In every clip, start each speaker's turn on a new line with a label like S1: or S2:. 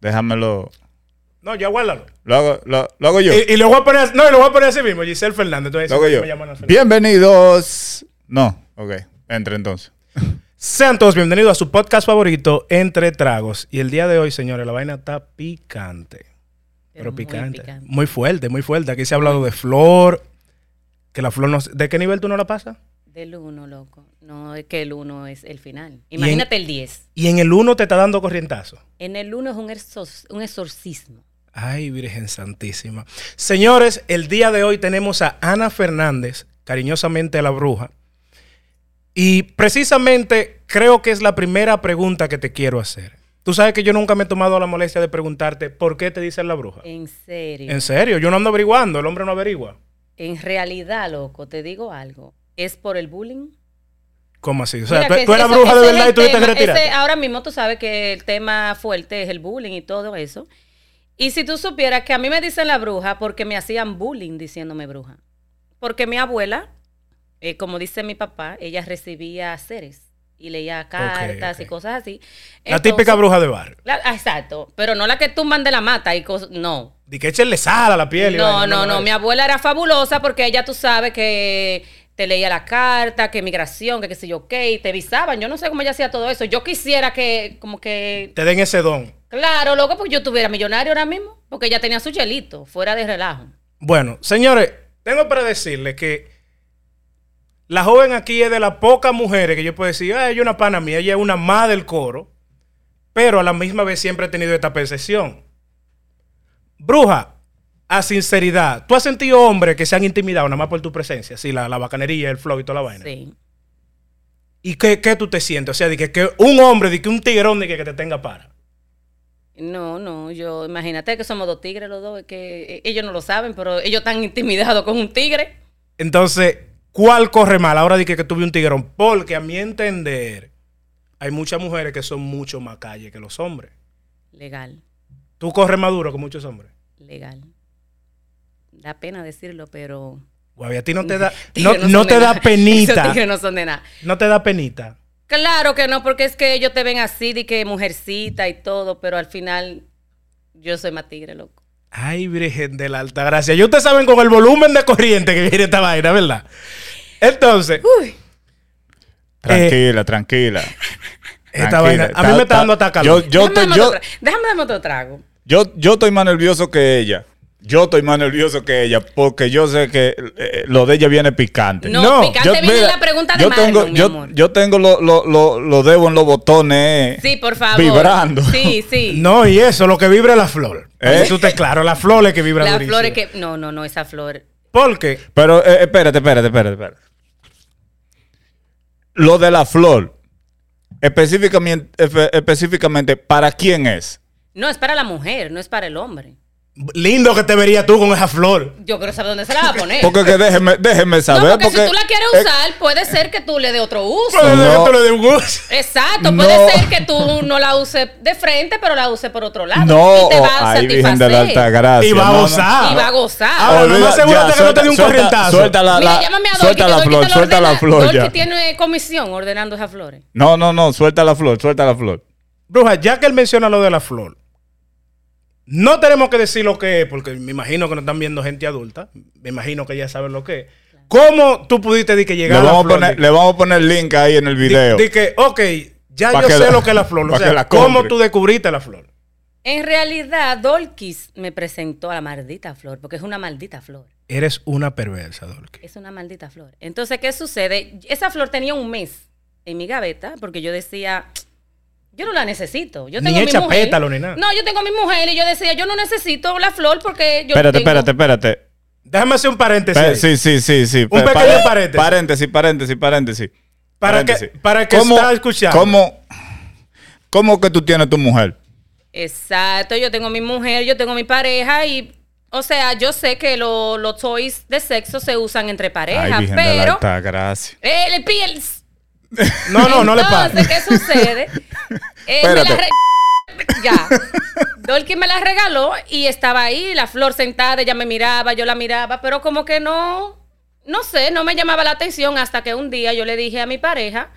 S1: Déjamelo.
S2: No, ya guárdalo.
S1: Lo hago, lo, lo hago yo.
S2: Y, y lo voy a poner, no, y lo voy a poner así mismo, Giselle Fernández. Entonces,
S1: lo hago
S2: así
S1: yo.
S2: Eh, me llaman Ana Fernández.
S1: Bienvenidos. No, ok. Entre entonces.
S2: Sean todos bienvenidos a su podcast favorito, Entre Tragos. Y el día de hoy, señores, la vaina está picante. Pero,
S3: muy
S2: picante. Muy, fuerte, muy fuerte. Aquí se ha hablado de flor. Que la flor no... sé- ¿De qué nivel tú no la pasas?
S3: Del 1, loco. No es que el 1 es el final. Imagínate el 10.
S2: Y en el 1 te está dando corrientazo.
S3: En el 1 es un, exor- un exorcismo.
S2: Ay, Virgen Santísima. Señores, el día de hoy tenemos a Ana Fernández, cariñosamente la bruja. Y precisamente creo que es la primera pregunta que te quiero hacer. Tú sabes que yo nunca me he tomado la molestia de preguntarte por qué te dicen la bruja.
S3: En serio.
S2: En serio, yo no ando averiguando, el hombre no averigua.
S3: En realidad, loco, te digo algo. Es por el bullying.
S2: ¿Cómo así? O sea,
S3: Mira
S2: tú,
S3: que
S2: tú eras
S3: eso-
S2: bruja de
S3: ese es
S2: verdad
S3: el
S2: y tuviste que
S3: tema.
S2: retirar.
S3: Ese- ah, ahora mismo tú sabes que el tema fuerte es el bullying y todo eso. Y si tú supieras que a mí me dicen la bruja porque me hacían bullying diciéndome bruja. Porque mi abuela, eh, como dice mi papá, ella recibía seres y leía cartas
S2: ok.
S3: y cosas así.
S2: La típica
S3: Entonces-
S2: bruja de bar.
S3: La- ah, exacto, pero no la que tumban de la mata y cosas, no.
S2: Di que echenle sal a la piel. y
S3: No,
S2: vaina,
S3: no, no, mi abuela era fabulosa porque ella tú sabes que te leía la carta, que migración, que qué sé yo qué, y te visaban, yo no sé cómo ella hacía todo eso. Yo quisiera que, como que,
S2: Te den ese don.
S3: claro, loco, porque yo tuviera millonario ahora mismo, porque ella tenía su chelito, fuera de relajo.
S2: Bueno, señores, tengo para decirles que la joven aquí es de las pocas mujeres que yo puedo decir, ah, ella es una pana mía, ella es una más del coro, pero a la misma vez siempre he tenido esta percepción. Bruja, a sinceridad, ¿tú has sentido hombres que se han intimidado nada más por tu presencia? Sí, la, la bacanería, el flow y toda la vaina.
S3: Sí.
S2: ¿Y qué, qué tú te sientes? O sea, de que, que un hombre, de que un tigrón, de que, que te tenga para.
S3: No, no, yo, imagínate que somos dos tigres los dos, que eh, ellos no lo saben, pero ellos están intimidados con un tigre.
S2: Entonces, ¿cuál corre mal? Ahora dije que tuve un tigrón. Porque a mi entender, hay muchas mujeres que son mucho más calle que los hombres.
S3: Legal,
S2: Tú corres más duro que muchos hombres.
S3: legal. Da pena decirlo, pero...
S2: Guavi, a ti no te da, no,
S3: Tigres
S2: no
S3: son
S2: te
S3: de
S2: da
S3: nada.
S2: penita.
S3: Esos tigres no son de nada.
S2: No te da penita.
S3: Claro que no, porque es que ellos te ven así, de que mujercita y todo, pero al final yo soy más tigre, loco.
S2: Ay, Virgen de la Alta Gracia. Y ustedes saben con el volumen de corriente que viene esta vaina, ¿verdad? Entonces,
S1: Tranquila, tranquila.
S2: Eh, esta vaina- a mí
S1: Está-
S2: me está
S1: está-
S2: dando hasta calor.
S1: Yo, yo,
S3: déjame,
S1: estoy,
S3: darme
S1: yo,
S3: otro tra- déjame darme otro trago.
S1: yo, yo estoy más nervioso que ella. Yo estoy más nervioso que ella porque yo sé que eh, lo de ella viene picante.
S3: No,
S2: No,
S3: picante viene
S1: mira,
S3: la pregunta de
S1: yo
S3: Marlon,
S1: tengo,
S3: mi
S1: yo,
S3: amor.
S1: yo tengo lo, lo, lo, lo debo en los botones. eh,
S3: sí, por favor.
S1: Vibrando.
S3: Sí, sí.
S2: no, y eso, lo que vibra es la flor.
S1: ¿Eh?
S2: Eso te claro, la flor es que vibra
S3: Las
S2: durísimo.
S3: flores que... No, no, no, esa flor.
S2: Porque
S1: Pero eh, espérate, espérate, espérate, espérate. Lo de la flor. Específicamente, efe- específicamente, ¿para quién es?
S3: No, es para la mujer, no es para el hombre.
S2: lindo que te verías tú con esa flor.
S3: Yo quiero saber dónde se la va a poner.
S1: Porque que déjeme, déjeme
S3: no,
S1: saber.
S3: porque, si tú la quieres
S1: eh,
S3: usar, puede ser que tú le dé otro uso.
S2: Puede ser que
S1: No.
S2: tú le dé un gusto.
S3: Exacto, puede
S1: Pues, No.
S3: ser que tú no la uses de frente, pero la uses por otro lado.
S1: no,
S3: ah, y te
S1: oh,
S3: va a
S1: ay, Virgen de
S3: satisfacer.
S1: la Alta Gracia.
S2: Y va a
S1: Ah, no, no.
S2: gozar.
S3: Y va a gozar.
S2: Ah, bueno,
S1: Olvida-
S2: más seguro
S1: ya,
S2: que no te dé un
S1: suelta-
S2: corrientazo.
S1: Suelta la,
S3: Mira,
S1: la-
S3: llámame a Dolky,
S1: suelta
S3: que
S1: la
S3: Dolky
S1: flor,
S3: te lo
S1: suelta la
S3: ordena.
S1: flor
S3: Dolky
S1: ya.
S3: tiene comisión ordenando esas flores.
S1: No, no, no, suelta la flor, suelta la flor.
S2: Bruja, ya que él menciona lo de la flor, no tenemos que decir lo que es, porque me imagino que no están viendo gente adulta. Me imagino que ya saben lo que es. ¿Cómo tú pudiste di que
S1: Le
S2: llegar a la
S1: vamos, a
S2: flor?
S1: poner,
S2: di-
S1: le vamos a poner link ahí en el
S2: di-
S1: video.
S2: di que, ok, ya
S1: Pa'
S2: yo
S1: que
S2: sé
S1: la-
S2: lo que es la flor. O
S1: pa' que
S2: sea,
S1: la compre.
S2: ¿cómo tú descubriste la flor?
S3: En realidad, Dolkis me presentó a la maldita flor, porque es una maldita flor.
S2: Eres una perversa, Dolky.
S3: Es una maldita flor. Entonces, ¿qué sucede? Esa flor tenía un mes en mi gaveta, porque yo decía, yo no la necesito. Yo
S2: Ni
S3: tengo a mi
S2: echa
S3: mujer.
S2: pétalo ni nada.
S3: No, yo tengo a mi mujer y yo decía, yo no necesito la flor porque yo.
S1: Espérate,
S3: tengo-
S1: espérate, espérate.
S2: Déjame hacer un paréntesis.
S1: Pe-
S2: ahí.
S1: Sí, sí, sí, sí.
S2: Un
S1: Pe-
S2: pequeño
S1: pare-
S2: paréntesis.
S1: Paréntesis, paréntesis, paréntesis.
S2: Para que-
S1: Paréntesis.
S2: para el que está escuchando.
S1: ¿cómo, cómo que tú tienes tu mujer?
S3: Exacto, yo tengo mi mujer, yo tengo mi pareja y, o sea, yo sé que lo- los toys de sexo se usan entre parejas,
S1: Virgen de la
S3: pero...
S1: Alta Gracia.
S3: Eh, el piel-
S2: No, no, no le pares.
S3: Entonces, ¿qué sucede? Eh, me la
S1: Espérate.
S3: re- Ya. Dolky me la regaló y estaba ahí, la flor sentada, ella me miraba, yo la miraba, pero como que no, no sé, no me llamaba la atención hasta que un día yo le dije a mi pareja,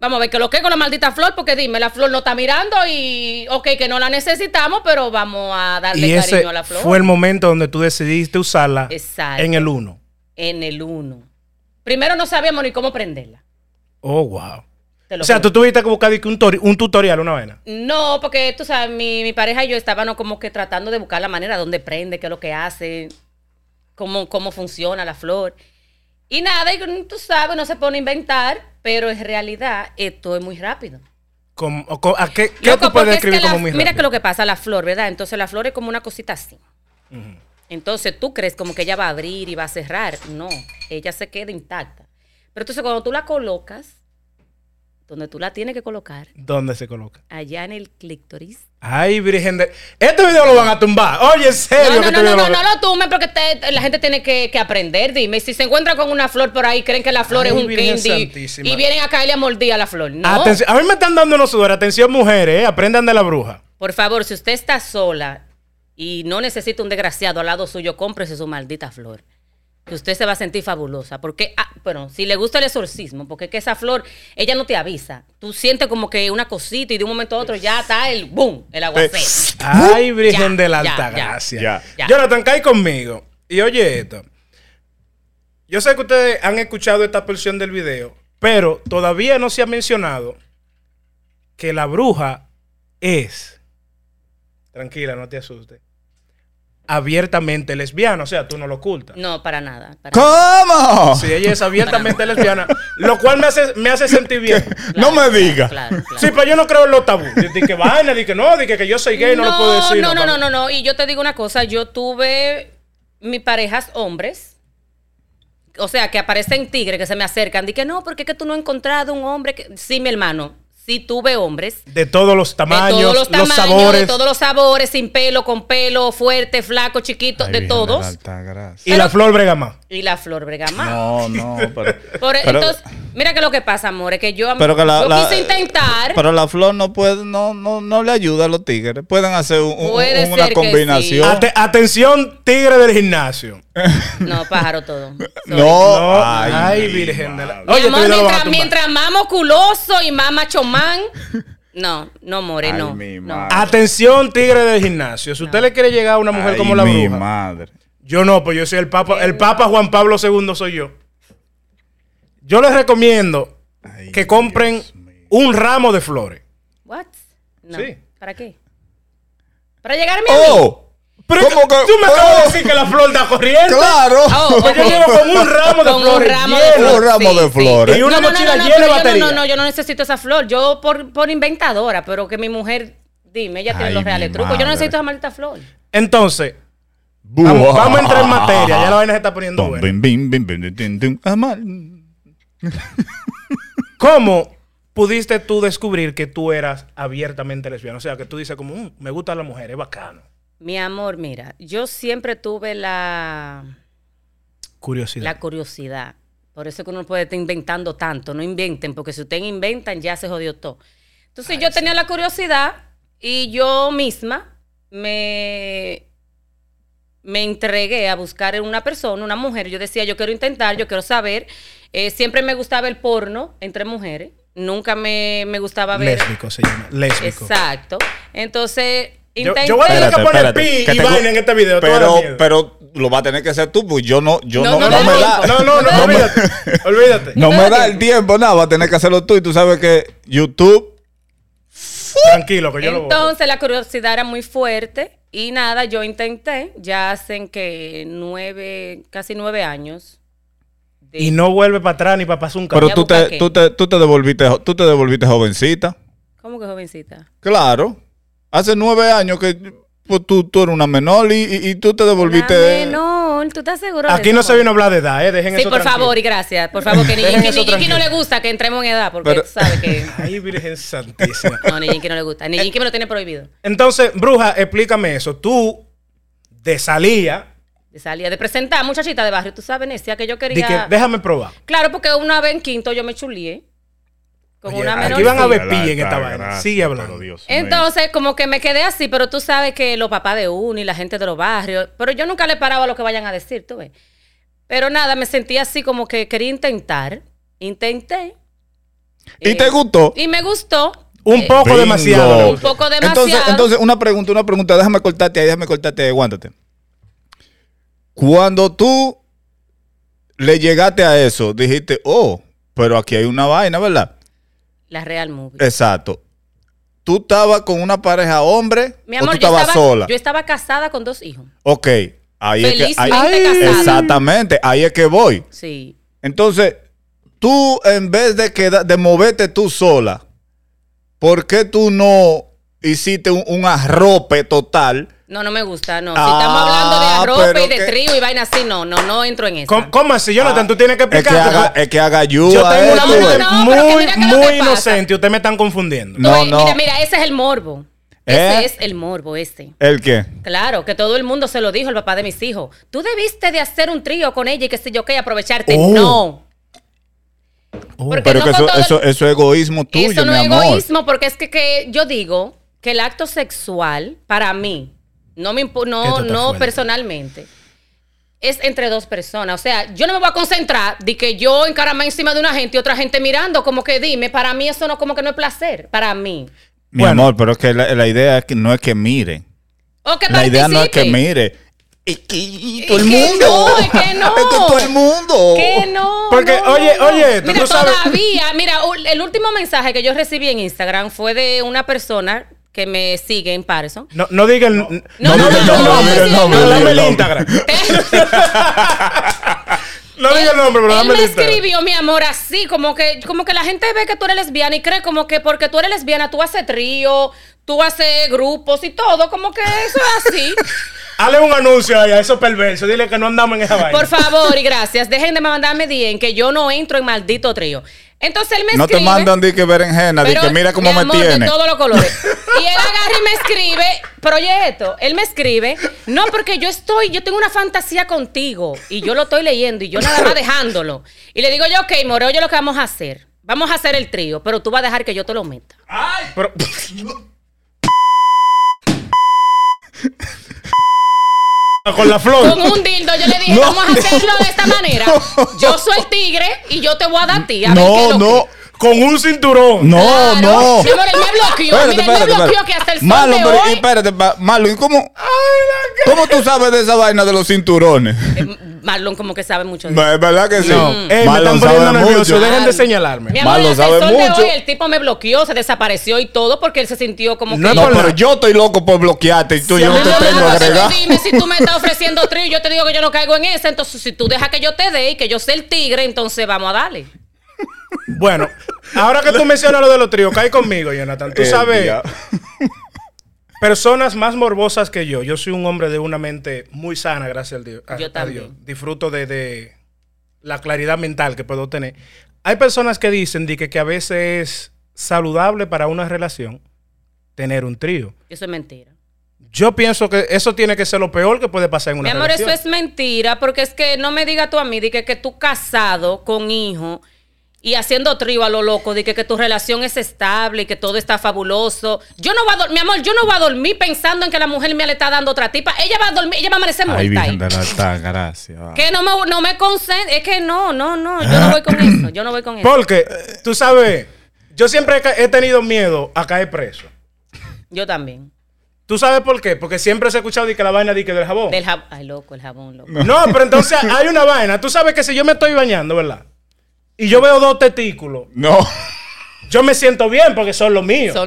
S3: Vamos a ver qué lo que es con la maldita flor, porque dime, la flor no está mirando y, ok, que no la necesitamos, pero vamos a darle
S2: Y ese
S3: cariño a la flor.
S2: fue el momento donde tú decidiste usarla
S3: Exacto.
S2: en el 1.
S3: En el uno. Primero no sabíamos ni cómo prenderla.
S2: Oh, wow.
S3: te lo
S2: O sea,
S3: juro.
S2: tú tuviste que buscar dizque, un, tori- un tutorial, una vaina.
S3: No, porque tú sabes, mi, mi pareja y yo estábamos como que tratando de buscar la manera dónde prende, qué es lo que hace, cómo, cómo funciona la flor. Y nada, y tú sabes, no se pone a inventar, pero en realidad esto es muy rápido.
S2: Como- o co- ¿a ¿Qué, qué
S3: Loco,
S2: tú
S3: porque
S2: puedes
S3: es
S2: describir
S3: que la-
S2: como muy
S3: Mira
S2: rápido?
S3: que lo que pasa, la flor, ¿verdad? Entonces la flor es como una cosita así. Entonces tú crees como que ella va a abrir y va a cerrar. No, ella se queda intacta. Pero entonces cuando tú la colocas, donde tú la tienes que colocar,
S2: ¿Dónde se coloca?
S3: allá en el clítoris.
S2: Ay, virgen de... Este video lo van a tumbar. Oye, en serio. que
S3: No, no,
S2: este
S3: no,
S2: video
S3: no,
S2: lo
S3: no,
S2: van a-
S3: no lo tumen porque te- la gente tiene que, que aprender. Dime, si se encuentran con una flor por ahí, creen que la flor
S2: Ay,
S3: es un
S2: Virgen
S3: candy
S2: Santísima.
S3: y vienen a caerle a mordir a la flor. No.
S2: Atención, a mí me están dando unos sudores. Atención, mujeres, eh, aprendan de la bruja.
S3: Por favor, si usted está sola y no necesita un desgraciado al lado suyo, cómprese su maldita flor. Que usted se va a sentir fabulosa. Porque, ah, bueno, si le gusta el exorcismo, porque es que esa flor, ella no te avisa. Tú sientes como que una cosita y de un momento a otro ya está el boom, el aguacero.
S2: Ay, Virgen
S3: Uh, Ya,
S2: de la
S3: ya,
S1: ya,
S2: Alta Gracia.
S3: ya.
S2: Jonathan, cae conmigo. Y oye esto. Yo sé que ustedes han escuchado esta porción del video, pero todavía no se ha mencionado que la bruja es. Tranquila, no te asustes. Abiertamente lesbiana, o sea, tú no lo ocultas.
S3: No, para nada. para nada.
S1: ¿Cómo?
S2: Si ella es abiertamente lesbiana, lo cual me hace, me hace sentir bien.
S1: no me
S3: Claro,
S1: diga.
S3: Claro, claro.
S2: Sí, pero yo no creo en los tabú. De, de que vaina, de que no, de que, que yo soy gay, no, lo puedo decir.
S3: No, no,
S2: papá.
S3: no, no, no. Y yo te digo una cosa, yo tuve mis parejas hombres. O sea, que aparecen tigres que se me acercan. Dije, no, porque es que tú no has encontrado un hombre que... Sí, mi hermano, sí tuve hombres.
S2: De todos los tamaños,
S3: de todos los
S2: los,
S3: tamaños,
S2: sabores.
S3: de todos los sabores, sin pelo, con pelo, fuerte, flaco, chiquito, de todos.
S2: Y
S3: Pero-
S2: la flor brega más.
S3: Y la flor bregamá.
S1: No, no, pero.
S3: Por-
S1: pero-
S3: entonces, mira que lo que pasa, amores, que yo,
S1: pero que la,
S3: yo
S1: la-
S3: quise intentar.
S1: Pero la flor no puede, no, no, no le ayuda a los tigres. Pueden hacer un- un-
S3: Puede
S1: una
S3: ser que
S1: combinación.
S2: Ate- atención, tigre del gimnasio.
S3: No, pájaro todo.
S1: No,
S2: No,
S1: Oh, ay,
S2: ay, virgen de la.
S3: Mi
S2: este
S3: amor,
S2: video lo van a
S3: mientras,
S2: tumbar.
S3: mientras más musculoso y más machomán. No, no, more,
S1: Ay,
S3: no.
S1: mi
S3: no.
S1: madre.
S2: Atención, tigre del gimnasio. Si usted le quiere llegar a una mujer
S1: Ay,
S2: como la
S1: mi
S2: bruja,
S1: madre.
S2: yo no, pues yo soy el papa. El papa Juan Pablo II soy yo. Yo les recomiendo
S1: Ay,
S2: que compren
S1: Dios mío.
S2: un ramo de flores.
S3: What? No.
S2: Sí.
S3: ¿Para qué? Para llegar a mi amigo.
S1: ¡Oh!
S2: Pero es
S1: ¿Cómo
S2: que
S1: que-
S2: tú me acabas
S1: oh,
S2: de decir que la flor da corriente.
S1: ¡Claro!
S3: Oh,
S2: Pues yo llevo con un ramo de
S3: Con un
S2: flores.
S3: ramo
S2: lleno.
S3: de flores.
S1: Un ramo
S3: Sí,
S1: de
S3: sí.
S1: flores.
S2: Y una mochila llena
S3: no,
S2: de
S3: pero yo no-
S2: batería.
S3: No, no, yo no necesito esa flor. Yo por, por inventadora, pero que mi mujer, dime, ella tiene
S1: Ay,
S3: los reales
S1: mi
S3: trucos. Yo no
S1: madre.
S3: necesito esa maldita flor.
S2: Entonces,
S1: Buah.
S2: vamos, vamos a entrar en materia. Ya la vaina se está poniendo
S1: Bum,
S2: buena.
S1: bim, bim, bim, bim, bim, bim, bim. Ah, mal.
S2: ¿Cómo pudiste tú descubrir que tú eras abiertamente lesbiana? O sea, que tú dices como, "Mm, me gusta la mujer, es bacano.
S3: Mi amor, mira, yo siempre tuve la,
S2: Curiosidad.
S3: la curiosidad. Por eso que uno puede estar inventando tanto. No inventen, porque si ustedes inventan, ya se jodió todo.
S2: Ah,
S3: Entonces yo tenía la curiosidad y yo misma me, me entregué a buscar en una persona, una mujer. Yo decía, yo quiero intentar, yo quiero saber. Eh, siempre me gustaba el porno entre mujeres. Nunca me, me gustaba ver.
S2: Lésbico se llama. Lésbico.
S3: Exacto. Entonces,
S2: Yo- yo
S3: intenté-
S2: voy a-
S1: Espérate,
S2: que poner
S1: espérate,
S2: pi
S1: que
S2: y
S1: tengo-
S2: vaina en este video, toda la
S1: Pero,
S2: mierda.
S1: pero lo va a tener que hacer tú, pues yo no, yo no,
S3: No,
S1: no
S3: no,
S1: me
S3: no,
S1: da.
S2: No, no, no,
S1: No me-
S2: olvídate. Olvídate.
S1: No
S3: No
S1: me da
S3: da
S1: el tiempo, nada, va a tener que hacerlo tú. Y tú sabes que YouTube.
S2: Tranquilo, que Pues yo lo voy.
S3: Entonces la curiosidad era muy fuerte y nada, yo intenté, ya hacen que nueve, casi nueve años. de-
S2: Y no vuelve para atrás ni para pasar un carro.
S1: Pero
S3: a
S1: tú
S3: buscar
S1: te,
S3: qué.
S1: tú, te, tú, te devolviste, jo- tú te devolviste jovencita.
S3: ¿Cómo que jovencita?
S1: Claro. Hace nueve años que pues, tú, tú eras una menor y, y- y tú te devolviste.
S3: No, tú estás seguro. de
S2: Aquí
S3: eso?
S2: no se vino a hablar de edad, ¿eh? Dejen
S3: Sí,
S2: eso
S3: por
S2: tranquilo.
S3: favor y gracias, por favor, que ni
S2: Dejen
S3: Jinky
S2: eso
S3: ni Jinky no
S2: tranquilo.
S3: le gusta que entremos en edad, porque
S1: Pero-
S3: tú sabes que...
S2: Ay, Virgen Santísima.
S3: No, ni Jinky no le gusta, ni Jinky me lo tiene prohibido.
S2: Entonces, bruja, explícame eso. Tú, de salía,
S3: De salida, de presentar muchachita de barrio, tú sabes, Necia, que yo
S2: de
S3: quería...
S2: que déjame probar.
S3: Claro, porque una vez en quinto yo me chulié con
S2: Oye,
S3: una
S2: aquí
S3: menor.
S2: van a ver pilla en esta vaina. Sigue hablando.
S3: Entonces, como que me quedé así, pero tú sabes que los papás de uno y la gente de los barrios, pero yo nunca le paraba lo que vayan a decir, tú ves. Pero nada, me sentí así como que quería intentar. Intenté.
S1: ¿Y
S3: Eh,
S1: te gustó?
S3: Y me gustó.
S2: Un
S3: Eh,
S2: poco
S1: Bingo.
S2: demasiado.
S3: Un poco
S1: Entonces,
S3: demasiado.
S1: entonces, una pregunta, una pregunta. Déjame cortarte ahí, déjame cortarte ahí, aguántate. Cuando tú le llegaste a eso, dijiste, oh, pero aquí hay una vaina, ¿verdad?
S3: La Real
S1: Eh,
S3: Movie.
S1: Exacto. ¿Tú estabas con una pareja hombre
S3: Mi amor,
S1: o tú
S3: yo,
S1: estabas
S3: estaba,
S1: sola?
S3: yo estaba casada con dos hijos.
S1: Ok. Ahí es que, ahí-
S3: Felizmente casada.
S1: exactamente, ahí es que voy.
S3: Sí.
S1: Entonces, tú en vez de, queda- de moverte tú sola, ¿por qué tú no hiciste un, un arrope total?
S3: No, no me gusta, no. Si
S1: Ah,
S3: estamos hablando de arropa
S1: pero
S3: y de
S1: que-
S3: trigo y vaina así, no, no, no entro en eso.
S2: ¿Cómo, cómo así,
S3: Ah.
S2: Jonathan? tú tienes que
S1: Es que
S2: explicar.
S1: haga, es que haga ayuda.
S2: Yo tengo
S1: eh,
S2: una
S1: tú
S3: no,
S1: ves.
S2: mente
S3: no, pero que
S2: muy,
S3: mira qué es lo
S2: muy
S3: que pasa.
S2: inocente. Ustedes me están confundiendo.
S1: No, no.
S3: Mira, mira, ese es el morbo.
S1: ¿Eh?
S3: Ese es el morbo, ese.
S1: ¿El qué?
S3: Claro, que todo el mundo se lo dijo, el papá de mis hijos. Tú debiste de hacer un trío con ella y que sé yo qué, aprovecharte.
S2: Oh.
S3: No. Porque
S1: Oh, Pero
S3: no
S1: que
S3: con
S1: eso,
S3: todo el-
S1: eso, eso es egoísmo tuyo,
S3: Eso no
S1: mi
S3: es
S1: amor.
S3: egoísmo, porque es que, que yo digo que el acto sexual, para mí, no me impu-
S2: Esto
S3: no,
S2: está
S3: no
S2: fuerte.
S3: personalmente, es entre dos personas. O sea, yo no me voy a concentrar de que yo encaramé encima de una gente y otra gente mirando, como que dime, para mí eso no, como que no es placer, para mí.
S1: Mi
S2: Bueno.
S1: amor, pero es que la, la idea es que no es que miren.
S3: O que
S1: La idea no es que
S3: participe.
S1: mire. Es que y todo
S3: Es
S1: el
S3: que
S1: mundo.
S3: no, es que
S1: Es
S3: no.
S1: que todo el mundo.
S3: Que no.
S2: Porque,
S3: no,
S2: oye,
S3: no, no.
S2: oye, tú
S3: mira,
S2: no sabes-
S3: todavía, mira, u- el último mensaje que yo recibí en Instagram fue de una persona que me sigue en Parson.
S2: No, no diga el. No,
S3: No, no, no, no, no,
S2: diga el
S3: no,
S2: nombre,
S3: no,
S2: pero dame
S1: no,
S2: el
S1: no.
S2: Instagram. No diga el nombre, pero
S3: Él
S2: dame el
S3: me
S2: Instagram.
S3: escribió, mi amor, así, como que, como que la gente ve que tú eres lesbiana y cree como que porque tú eres lesbiana, tú haces trío, tú haces grupos y todo, como que eso es así.
S2: Hale un anuncio ahí a esos perversos. Dile que no andamos en esa vaina.
S3: Por favor y gracias, dejen de mandarme DM que yo no entro en maldito trío. Entonces él me
S1: No te
S3: escribe.
S1: mandan di que berenjena, di
S3: pero,
S1: que mira cómo
S3: mi
S1: me
S3: amor,
S1: tiene.
S3: De todos los colores. Y él agarra y me escribe, proyecto, él me escribe, no, porque yo estoy, yo tengo una fantasía contigo y yo lo estoy leyendo y yo nada más dejándolo. Y le digo yo, ok, Moreo, yo lo que vamos a hacer, vamos a hacer el trío, pero tú vas a dejar que yo te lo meta.
S2: Pero- Con la
S3: Con
S2: flor.
S3: un dildo, yo le dije,
S1: No.
S3: vamos a hacerlo de esta manera. Yo soy tigre y yo te voy a dar a ti. A ver qué
S1: No,
S3: es lo que-
S1: no,
S2: Con un cinturón.
S1: no,
S3: Claro.
S1: no.
S3: Mi amor, él me bloqueó.
S1: Espérate,
S3: mira, él
S1: espérate,
S3: me bloqueó
S1: espérate.
S3: que hasta el sol
S1: Malo,
S3: de
S1: pero
S3: hoy-
S1: y espérate, pa- malo, ¿y cómo? ¿Cómo tú sabes de esa vaina de los cinturones?
S3: Eh, Marlon como que sabe mucho de eso.
S1: Es verdad que sí.
S2: No. Ey, me
S1: Marlon
S2: están
S1: sabe
S2: poniendo nervioso.
S1: mucho.
S2: Dejen de señalarme.
S3: Mi amor,
S1: Malo
S3: el
S1: sabe
S3: asesor de
S1: mucho.
S3: hoy, el tipo me bloqueó, se desapareció y todo porque él se sintió como
S2: No
S3: que.
S2: es
S1: No,
S2: por
S1: pero
S2: nada.
S1: yo estoy loco por bloquearte y tú
S2: Si
S1: yo
S2: a
S1: no
S2: mí
S1: te
S2: me
S1: tengo
S2: mandas a
S1: agregado.
S3: Entonces, dime si tú me estás ofreciendo trío, yo te digo que yo no caigo en ese. Entonces, si tú dejas que yo te dé y que yo sea el tigre, entonces vamos a darle.
S2: Bueno, ahora que tú mencionas lo de los tríos, cae conmigo, Jonathan. Tú
S1: El
S2: sabes,
S1: día-
S2: personas más morbosas que yo. Yo soy un hombre de una mente muy sana, gracias al Dios- a,
S3: Yo
S2: a
S3: también.
S2: Dios. Disfruto de, de la claridad mental que puedo tener. Hay personas que dicen di que, que a veces es saludable para una relación tener un trío.
S3: Eso es mentira.
S2: Yo pienso que eso tiene que ser lo peor que puede pasar en
S3: Mi
S2: una
S3: amor,
S2: relación.
S3: eso es mentira, porque es que no me digas tú a mí, de que, que tú casado con hijo y haciendo trío a lo loco, de que, que tu relación es estable y que todo está fabuloso. Yo no voy a dor- mi amor, yo no voy a dormir pensando en que la mujer mía le está dando otra tipa. Ella va a dormir, ella va a amanecer muerta.
S1: Ay,
S3: ahí.
S1: Virgen de la Altagracia. va.
S3: Que no me, no me concent- es que no, no, no, yo no voy con eso, yo no voy con eso.
S2: Porque, tú sabes, yo siempre he ca- he tenido miedo a caer preso.
S3: Yo también.
S2: ¿Tú sabes por qué? Porque siempre se ha escuchado de que la vaina de que del jabón.
S3: Del jabón, ay loco, el jabón, loco.
S2: No, pero entonces hay una vaina. Tú sabes que si yo me estoy bañando, ¿verdad? Y yo veo dos testículos,
S1: No.
S2: Oh. yo me siento bien porque son los míos.
S3: Son-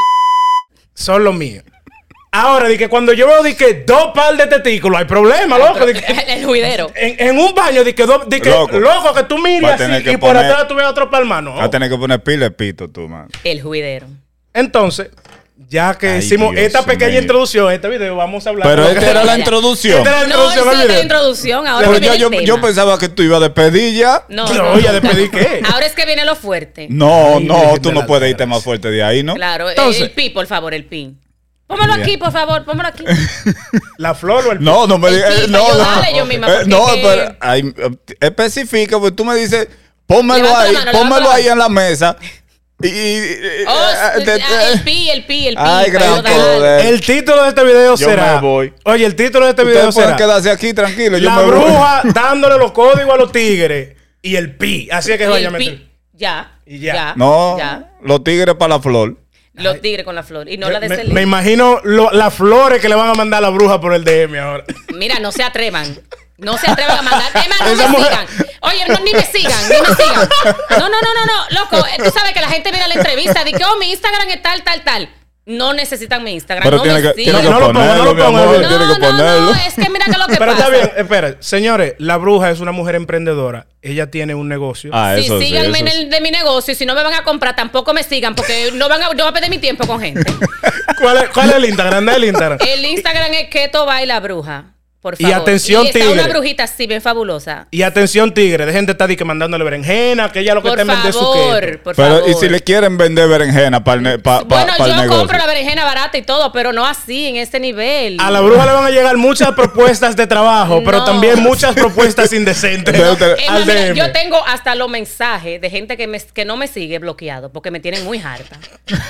S2: Son los míos. Ahora, de que cuando yo veo de que dos par de testículos, hay problema, loco. de que-
S3: el, el juidero.
S2: en, en un baño, de que, dos- de que
S1: Loco.
S2: loco. que tú
S1: Va a
S2: mires
S1: tener
S2: así
S1: que
S2: y por
S1: poner-
S2: atrás tú ves otro par más, no.
S1: Vas a tener que poner pila de pito tú, man.
S3: El juidero.
S2: Entonces, ya que
S1: Ay,
S2: hicimos
S1: Dios
S2: esta pequeña
S1: mío.
S2: introducción a este video, vamos a hablar.
S1: Pero
S2: de lo
S1: esta
S2: que-
S1: era la
S3: Mira.
S1: introducción.
S2: Esta era la
S3: No, esa
S2: introducción al
S3: es la
S2: video.
S3: introducción, ahora
S1: Pero
S3: es que
S1: ya
S3: viene
S1: yo,
S3: el tema.
S1: yo pensaba que tú ibas de pedilla.
S3: No,
S2: Pero,
S3: no,
S2: oye,
S3: no.
S2: ¿de pedir qué?
S3: Ahora es que viene lo fuerte.
S1: No, no,
S2: Virgen
S1: tú
S2: de
S1: no
S2: la
S1: puedes irte
S2: Altagracia.
S1: más fuerte de ahí, ¿no?
S3: Claro,
S2: Entonces-
S3: el pi, por favor, el pin. Pómelo
S1: Bien.
S3: aquí, por favor, pómelo aquí.
S2: La flor o el
S1: No, no me
S3: El
S1: digas. eh,
S3: pito,
S1: no,
S3: yo
S1: no.
S3: dale yo misma,
S1: Eh,
S3: porque
S1: no,
S3: es que-
S1: pero ay, eh, especifica, pues tú me dices, pónmelo
S3: Levanta la
S1: ahí,
S3: mano, levanta
S1: pónmelo
S3: la
S1: ahí
S3: mano.
S1: en la mesa. Y. y- y-
S3: Oh,
S1: eh,
S3: sí,
S1: te-
S3: ah, el
S1: eh,
S3: pi, el pi, el pi.
S1: Ay,
S3: para yo
S1: gran
S3: darle.
S1: poder.
S2: El título de este video
S1: eh, Yo
S2: será.
S1: me voy.
S2: Oye, el título de este video
S1: Ustedes pueden
S2: será.
S1: quedarse aquí tranquilos. Yo
S2: la
S1: me voy.
S2: bruja dándole los códigos a los tigres y el pi. Así es que
S3: Y
S2: vaya
S3: el pi.
S2: meter.
S3: Ya.
S2: Y ya.
S3: Ya.
S1: No,
S3: ya.
S1: los tigres para la flor.
S3: Los tigres con la flor. Y no la de
S2: me,
S3: Celine.
S2: me imagino lo- las flores que le van a mandar a la bruja por el DM ahora.
S3: Mira, no se atrevan. No se atrevan a mandar. Es más, no
S2: Esa
S3: me
S2: mujer-
S3: sigan. Oye, no, ni me sigan, ni me sigan. No, no, no, no, no. Loco, eh, tú sabes que la gente viene a la entrevista. Dice que, oh, mi Instagram es tal, tal, tal. No necesitan mi Instagram.
S1: Pero
S3: no
S1: tiene,
S3: me
S1: que, tiene
S3: sigan.
S1: que
S2: No lo ponga,
S1: ponerlo,
S2: no lo
S1: mi
S2: ponga,
S1: amor,
S2: no,
S1: tiene que
S3: no,
S1: ponerlo.
S3: no, es que mira que lo que
S2: Pero
S3: pasa.
S2: está bien, espera. Señores, la bruja es una mujer emprendedora. Ella tiene un negocio.
S1: Ah,
S3: Sí,
S1: eso sí,
S3: síganme
S1: eso
S3: en
S1: sí.
S3: el de mi negocio y si no me van a comprar tampoco me sigan porque no van a, no voy a perder mi tiempo con gente.
S2: ¿Cuál, es, cuál es el Instagram? ¿Dónde es el Instagram?
S3: El Instagram es Keto Baila Bruja. Por
S2: Y
S3: favor.
S2: atención,
S3: y está una
S2: tigre.
S3: brujita así bien fabulosa.
S2: Y atención, tigre. De gente está di que mandándole berenjena, que ella lo que
S3: Por
S2: está en vender su
S3: favor,
S2: queso.
S3: por
S1: Pero,
S3: favor.
S1: ¿y si le quieren vender berenjena para el, ne- pa- pa-
S3: bueno,
S1: para el
S3: yo
S1: negocio?
S3: compro la berenjena barata y todo, pero no así, en este nivel.
S2: A la bruja le van a llegar muchas propuestas de trabajo, pero
S3: No.
S2: también muchas propuestas indecentes
S1: Pero te-
S3: Es
S2: al
S3: más, mira,
S2: DM.
S3: Eh, yo tengo hasta los mensajes de gente que, me- que no me sigue bloqueado porque me tienen muy harta.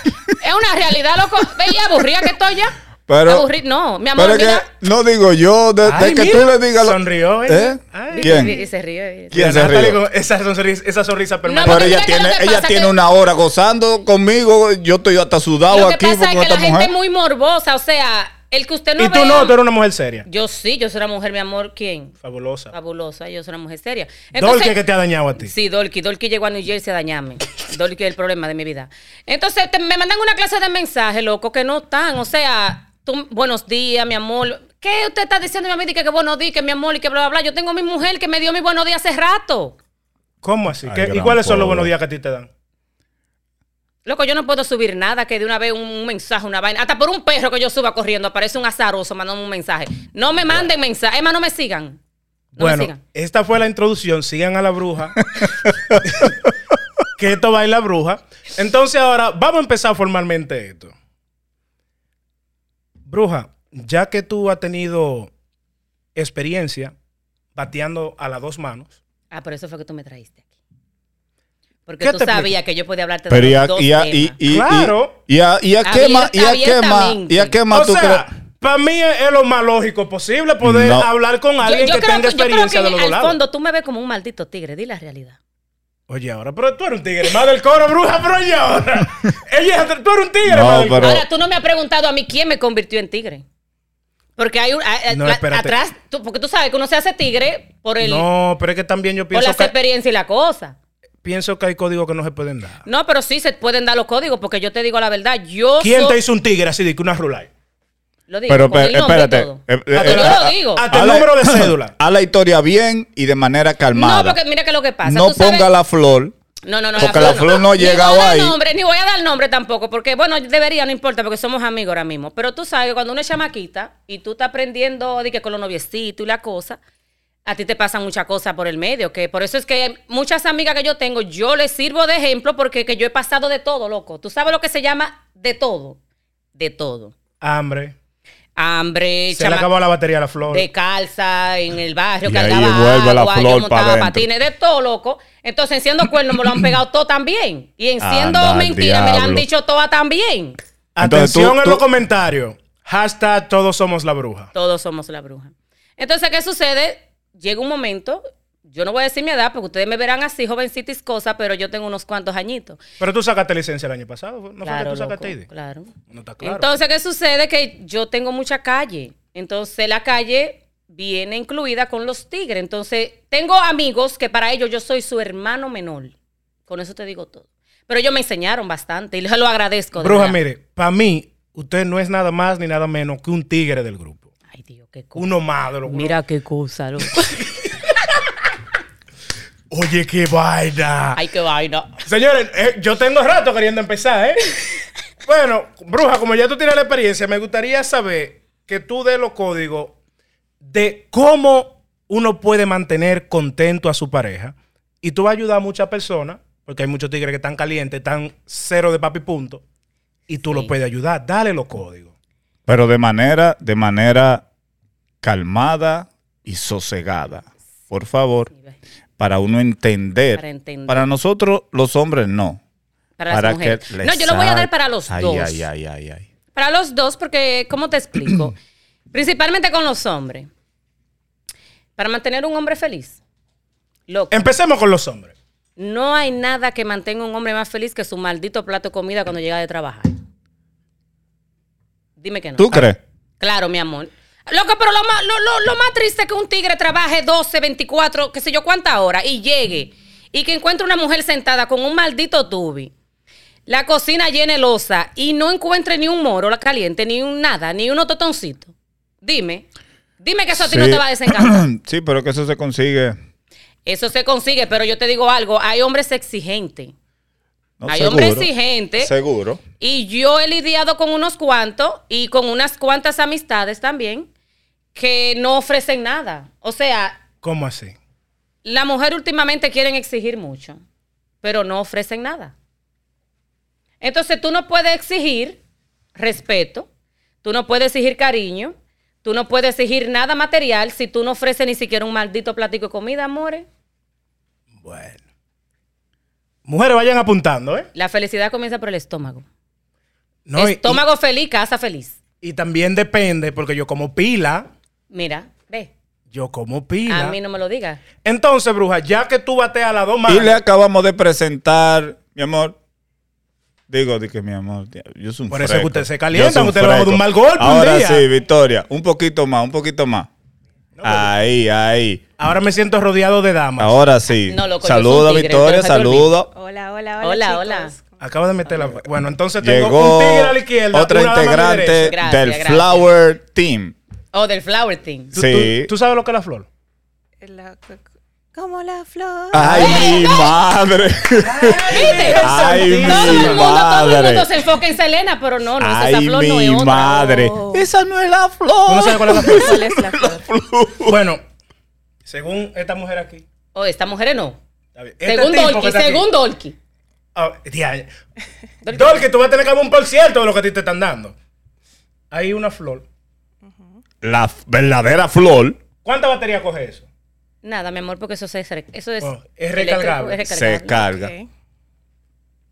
S3: es una realidad, loco. Ve y aburrida que estoy ya.
S1: Pero-
S3: Aburri- no, mi amor,
S1: Pero es
S3: mira.
S1: que, no digo yo, de, de
S2: Ay,
S1: que
S2: mira,
S1: tú le digas... lo-
S2: sonrió, ¿eh?
S1: ¿Eh?
S2: Ay.
S1: ¿Quién?
S3: Y se ríe.
S1: ¿Quién
S2: Y
S1: se
S2: Natalie
S1: ríe?
S2: con Esa sonrisa, esa sonrisa permanente.
S1: Pero
S3: porque
S1: ella
S3: mira que
S1: tiene,
S3: lo que
S1: ella
S3: pasa
S1: tiene
S3: que-
S1: una hora gozando conmigo. Yo estoy hasta sudado
S3: Lo que
S1: aquí
S3: pasa es
S1: con
S3: que la
S1: esta
S3: gente
S1: mujer.
S3: es muy morbosa, o sea, el que usted no
S2: y tú
S3: vea-
S2: no, tú eres una mujer seria.
S3: Yo sí, yo soy una mujer, mi amor, ¿quién?
S2: Fabulosa.
S3: Fabulosa, yo soy una mujer seria.
S2: Dolce que te ha dañado a ti.
S3: Sí, Dolky. Dolky llegó a New Jersey a dañarme. Dolky es el problema de mi vida. Entonces, te- me mandan una clase de mensajes, loco, que no están. O sea, tú, buenos días, mi amor. ¿Qué usted está diciendo a mí? Que, que buenos días, que mi amor, y que bla, bla, bla. Yo tengo mi mujer que me dio mi buenos días hace rato.
S2: ¿Cómo así?
S1: Ay,
S2: ¿Qué- ¿Y
S1: gran
S2: cuáles son los
S1: pobre.
S2: buenos días que a ti te dan?
S3: Loco, yo no puedo subir nada que de una vez un, un mensaje, una vaina. Hasta por un perro que yo suba corriendo, aparece un azaroso mandando un mensaje. No me manden mensaje. Emma, no me sigan. No me
S2: bueno,
S3: sigan.
S2: esta fue la introducción. Sigan a la bruja. que esto baila bruja. Entonces ahora vamos a empezar formalmente esto. Bruja, ya que tú has tenido experiencia bateando a las dos manos,
S3: Ah, por eso fue que tú me traíste aquí. Porque
S2: ¿Qué
S3: tú
S2: te explico?
S3: sabías que yo podía hablarte
S1: Pero
S3: de
S1: y a,
S3: los dos
S1: y a- y,
S3: temas.
S1: y, y-
S2: Claro.
S1: y a, y a qué más, y a qué más, y a qué más
S2: o
S1: tú
S2: sea,
S1: crees.
S2: para mí es es lo más lógico posible poder
S1: No.
S2: hablar con
S3: Yo-
S2: alguien
S3: yo
S2: que
S3: creo
S2: tenga
S3: que- yo creo
S2: experiencia
S3: que
S2: de los dos
S3: Al
S2: lados.
S3: fondo tú me ves como un maldito tigre, di la realidad.
S2: Oye, ahora, pero tú eres un tigre, más del coro, bruja, pero oye, ahora. Ella es- tú eres un tigre,
S1: No,
S2: más del coro.
S1: Pero-
S3: Ahora tú no me has preguntado a mí quién me convirtió en tigre. Porque hay un a- a-
S2: No,
S3: la-
S2: espérate.
S3: atrás, tú- porque tú sabes que uno se hace tigre por el
S2: No, pero es que también yo
S3: por
S2: pienso
S3: las
S2: que,
S3: experiencias y la cosa.
S2: pienso que hay códigos que no se pueden dar.
S3: No, pero sí se pueden dar los códigos porque yo te digo la verdad, yo
S2: ¿Quién
S3: soy-
S2: te hizo un tigre así de que una rulay?
S3: lo digo,
S1: Pero
S3: con el
S1: pe-
S3: nombre y
S1: espérate.
S3: todo.
S1: eh, eh,
S3: Porque
S1: eh,
S3: yo
S1: a-
S3: lo digo.
S2: Hasta el
S1: Hazle-
S2: número de cédula.
S1: Haz la historia bien y de manera calmada.
S3: No, porque mira que lo que pasa,
S1: No
S3: tú sabes-
S1: ponga la flor.
S3: No, no, no.
S1: Porque la flor no ha
S3: Ni
S1: llegado
S3: voy a dar
S1: ahí.
S3: Nombre, ni voy a dar nombre tampoco, porque bueno, debería, no importa, porque somos amigos ahora mismo. Pero tú sabes que cuando uno es chamaquita y tú estás aprendiendo de que con los noviecitos y la cosa, a ti te pasan muchas cosas por el medio, que por eso es que muchas amigas que yo tengo, yo les sirvo de ejemplo porque que yo he pasado de todo, loco. Tú sabes lo que se llama de todo, de todo.
S2: Hambre.
S3: Hambre,
S2: Se le
S3: chama-
S2: acabó la batería a la flor.
S3: de calza en el barrio,
S1: Y
S3: que
S1: ahí
S3: andaba
S1: vuelve la
S3: agua, yo
S1: flor pa'
S3: montaba
S1: dentro.
S3: patines, de todo, loco. Entonces, enciendo cuernos me lo han pegado todo también. Y enciendo
S1: Anda,
S3: mentiras me lo han
S1: diablo.
S3: dicho todas también.
S1: Entonces, tú-
S2: Atención en
S1: tú-
S2: los comentarios. Hashtag todos somos la bruja.
S3: Todos somos la bruja. Entonces, ¿qué sucede? Llega un momento, yo no voy a decir mi edad, porque ustedes me verán así, jovencitis, cosas, pero yo tengo unos cuantos añitos.
S2: Pero tú sacaste licencia el año pasado. ¿No fue que
S3: Claro,
S2: tú
S3: loco,
S2: sacaste ID?
S3: claro.
S2: No está claro.
S3: Entonces, ¿qué sucede? Que yo tengo mucha calle. Entonces, la calle viene incluida con los tigres. Entonces, tengo amigos que para ellos yo soy su hermano menor. Con eso te digo todo. Pero ellos me enseñaron bastante y les lo agradezco. de
S2: bruja,
S3: verdad.
S2: mire, para mí, usted no es nada más ni nada menos que un tigre del grupo.
S3: Ay, Dios, qué cosa.
S2: Uno más de los
S3: Mira qué cosa, loco.
S2: Oye, qué vaina.
S3: Ay, qué vaina.
S2: Señores, eh, yo tengo rato queriendo empezar, ¿eh? bueno, bruja, como ya tú tienes la experiencia, me gustaría saber que tú des los códigos de cómo uno puede mantener contento a su pareja. Y tú vas a ayudar a muchas personas, porque hay muchos tigres que están calientes, están cero de papi punto, y tú
S3: Sí.
S2: lo puedes ayudar. Dale los códigos.
S1: Pero de manera, de manera calmada y sosegada. Por favor, para uno entender.
S3: Para entender.
S1: Para nosotros, los hombres, no.
S3: Para, las mujeres. No, yo lo voy a dar para los
S1: ay,
S3: dos.
S1: Ay, ay, ay, ay.
S3: Para los dos, porque, ¿cómo te explico? Principalmente con los hombres. Para mantener un hombre feliz. Loco.
S2: Empecemos con los hombres.
S3: No hay nada que mantenga a un hombre más feliz que su maldito plato de comida cuando llega de trabajar. Dime que no.
S1: ¿Tú crees?
S3: Claro, mi amor. Loco, pero lo más, lo, lo- lo más triste es que un tigre trabaje 12, 24, qué sé yo cuántas horas y llegue y que encuentre una mujer sentada con un maldito tubi, la cocina llena de losa y no encuentre ni un moro caliente, ni un nada, ni uno totoncito. Dime, dime que eso a ti no
S1: Sí.
S3: te va a desencantar.
S1: sí, pero que eso se consigue.
S3: Eso se consigue, pero yo te digo algo, hay hombres exigentes.
S1: No,
S3: Hay
S1: seguro.
S3: hombres exigentes.
S1: Seguro.
S3: Y yo he lidiado con unos cuantos y con unas cuantas amistades también que no ofrecen nada. O sea,
S2: ¿Cómo así?
S3: la mujer últimamente quieren exigir mucho, pero no ofrecen nada. Entonces tú no puedes exigir respeto, tú no puedes exigir cariño, tú no puedes exigir nada material si tú no ofreces ni siquiera un maldito platico de comida, amores.
S2: Bueno. Mujeres, vayan apuntando, ¿eh?
S3: La felicidad comienza por el estómago.
S2: No, y-
S3: estómago feliz, casa feliz.
S2: Y, y también depende, porque yo como pila,
S3: Mira, ve.
S2: yo como pila.
S3: A mí no me lo digas.
S2: Entonces, bruja, ya que tú bateas las dos manos,
S1: Y le acabamos de presentar, mi amor. Digo, de que mi amor, tía, yo soy un
S2: Por eso
S1: freco.
S2: que usted se
S1: Yo soy
S2: calienta,
S1: un
S2: usted le va a dar
S1: freco.
S2: un mal golpe un
S1: Ahora
S2: día.
S1: sí, Victoria, un poquito más, un poquito más. ahí, ahí.
S2: ahora me siento rodeado de damas.
S1: Ahora sí.
S3: No, loco, yo soy un
S1: saluda,
S3: tigre,
S1: Victoria,
S3: entonces, dormí.
S1: saluda.
S4: Hola, hola, hola.
S3: Hola,
S4: chicos.
S2: Acabo de meter la. Bueno, entonces tengo
S1: Llegó
S2: un tigre a la izquierda.
S1: otra
S2: una dama a mi
S1: integrante
S2: derecha.
S3: Gracias,
S1: del
S3: gracias.
S1: Flower Team.
S3: O Oh, del flower thing.
S2: ¿Tú,
S1: Sí.
S2: tú- tú sabes lo que es la flor?
S4: Eh, La- como la flor.
S1: ¡Ay, mi madre!
S3: ¿Viste?
S1: Ay, mi
S3: todo el mundo, todo el
S1: madre.
S3: mundo se enfoca en Selena, pero no, no, es esa
S1: ¡Ay,
S3: flor no es
S1: mi
S3: otra.
S1: madre! ¡Esa no es la
S2: ¿Tú no
S1: flor!
S2: sabes cuál es la flor?
S4: ¿Cuál es la flor?
S2: bueno, según esta mujer aquí.
S3: O Oh, esta mujer no.
S2: está bien. Este
S3: Según
S2: tipo que
S3: Dolky,
S2: está aquí.
S3: según Dolky.
S2: Ah, tía, Dolky, tú vas a tener que dar un por cierto de lo que a ti te están dando. Hay una flor.
S1: La f- verdadera flor
S2: ¿Cuánta batería coge eso?
S3: Nada, mi amor, porque eso es, eso es,
S2: Oh, es recargable.
S3: eléctrico, es
S1: se
S3: recargable.
S1: carga.
S4: Ok.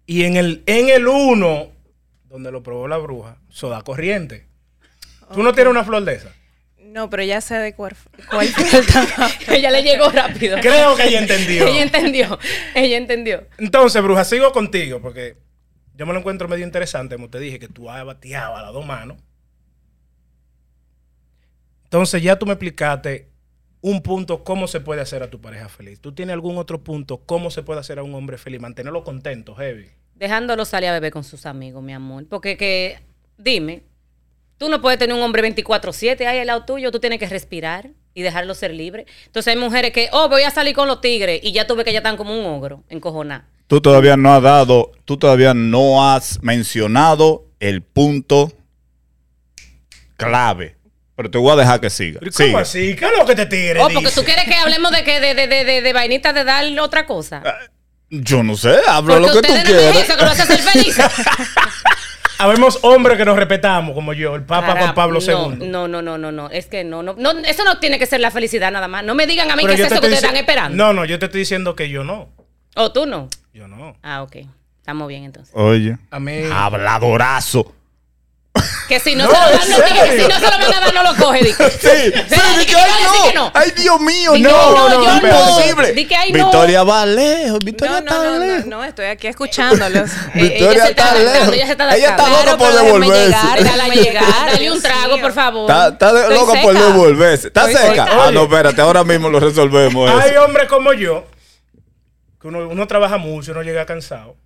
S2: Y en el en el 1, donde lo probó la bruja, soda corriente. ¿Tú no tienes una flor de esa?
S4: No, pero ya sé de cuál, cuál fue el trabajo.
S3: Ella le llegó rápido.
S2: Creo que ella entendió.
S3: ella entendió. Ella entendió.
S2: Entonces, bruja, sigo contigo porque yo me lo encuentro medio interesante. Como te dije, que tú bateabas las dos manos. Entonces, ya tú me explicaste un punto cómo se puede hacer a tu pareja feliz. ¿Tú tienes algún otro punto cómo se puede hacer a un hombre feliz? Mantenerlo contento, heavy.
S3: Dejándolo salir a beber con sus amigos, mi amor. Porque que, dime, tú no puedes tener un hombre 24-7 ahí al lado tuyo, tú tienes que respirar y dejarlo ser libre. Entonces hay mujeres que, oh, voy a salir con los tigres y ya tú ves que ya están como un ogro, encojonada.
S1: Tú todavía no has dado, tú todavía no has mencionado el punto clave. Pero te voy a dejar que siga.
S2: ¿Pero
S1: Sigue.
S2: ¿Cómo así? ¿Qué es lo que te tigre
S3: Oh, porque
S2: dice?
S3: tú quieres que hablemos de que de, de, de, de, de vainitas de dar otra cosa.
S2: Ah,
S1: Yo no sé, habla
S3: Porque
S1: lo que tú
S3: ustedes no ven
S1: quieres.
S3: eso, que lo hace ser feliz.
S2: Habemos hombres que nos respetamos, como yo, el Papa
S3: Para-
S2: Juan Pablo
S3: no,
S2: II.
S3: No, no, no, no, no. Es que no, no, no. Eso no tiene que ser la felicidad nada más. No me digan a mí
S2: Pero
S3: que
S2: yo te
S3: es eso que
S2: estoy
S3: ustedes están
S2: dici-
S3: esperando.
S2: No, no, yo te estoy diciendo que yo no.
S3: O tú no.
S2: Yo no. Ah,
S3: Ah, ok. Estamos bien entonces.
S1: Oye,
S2: A mí.
S1: Ah, habladorazo.
S3: Que si no,
S2: No,
S3: se lo
S2: ¿en
S3: van, no, diga-
S2: serio?
S3: si no se lo van a dar, no lo coge. di.
S1: Sí, sí,
S3: Pero
S1: di que,
S3: di que
S1: ay,
S3: no, di que
S1: no.
S3: no.
S1: Ay, Dios mío,
S3: Di que
S1: no,
S3: no,
S1: no,
S3: yo
S1: no,
S3: no.
S1: imposible.
S3: Di que, ay, no.
S1: Victoria va lejos, Victoria
S4: No,
S1: está
S4: no, no, no,
S1: lejos.
S4: no, estoy aquí escuchándolos.
S3: Eh,
S1: Victoria
S3: ella
S1: está
S3: se está adaptando,
S1: lejos.
S3: ella se está
S1: Ella está
S3: adaptando.
S1: loca por
S4: Claro, pero déjame
S1: devolverse.
S4: llegar.
S3: Déjala llegar, Ah, dale un
S4: Dios
S3: trago,
S4: mío.
S3: por favor.
S1: Está, está de-
S3: Estoy
S1: loca por
S3: seca.
S1: devolverse. ¿Está
S4: Estoy
S1: seca?
S2: seca.
S1: Ah, no, espérate, ahora mismo lo resolvemos. eso.
S2: Hay hombres como yo, que uno, uno trabaja mucho, uno llega cansado,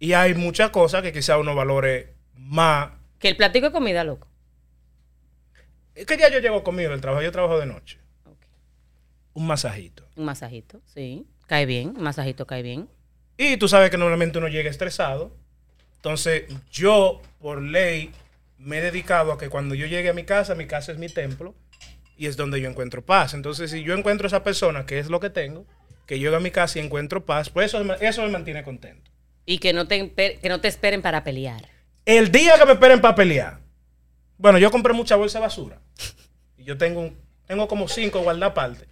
S2: y hay muchas cosas que quizá uno valore más.
S3: Que el platico de comida, loco.
S2: Es que ya yo llego conmigo del trabajo, yo trabajo de noche.
S3: Ok.
S2: Un masajito.
S3: Un masajito, sí. Cae bien, un masajito cae bien.
S2: Y tú sabes que normalmente uno llega estresado. Entonces, yo, por ley, me he dedicado a que cuando yo llegue a mi casa, mi casa es mi templo y es donde yo encuentro paz. Entonces, si yo encuentro a esa persona, que es lo que tengo, que yo llego a mi casa y encuentro paz, pues eso, me- eso me mantiene contento.
S3: Y que no te, empe- que no te esperen para pelear.
S2: El día que me esperen para pelear. Bueno, yo compré mucha bolsa de basura. Y yo tengo, un- tengo como cinco guardadas aparte.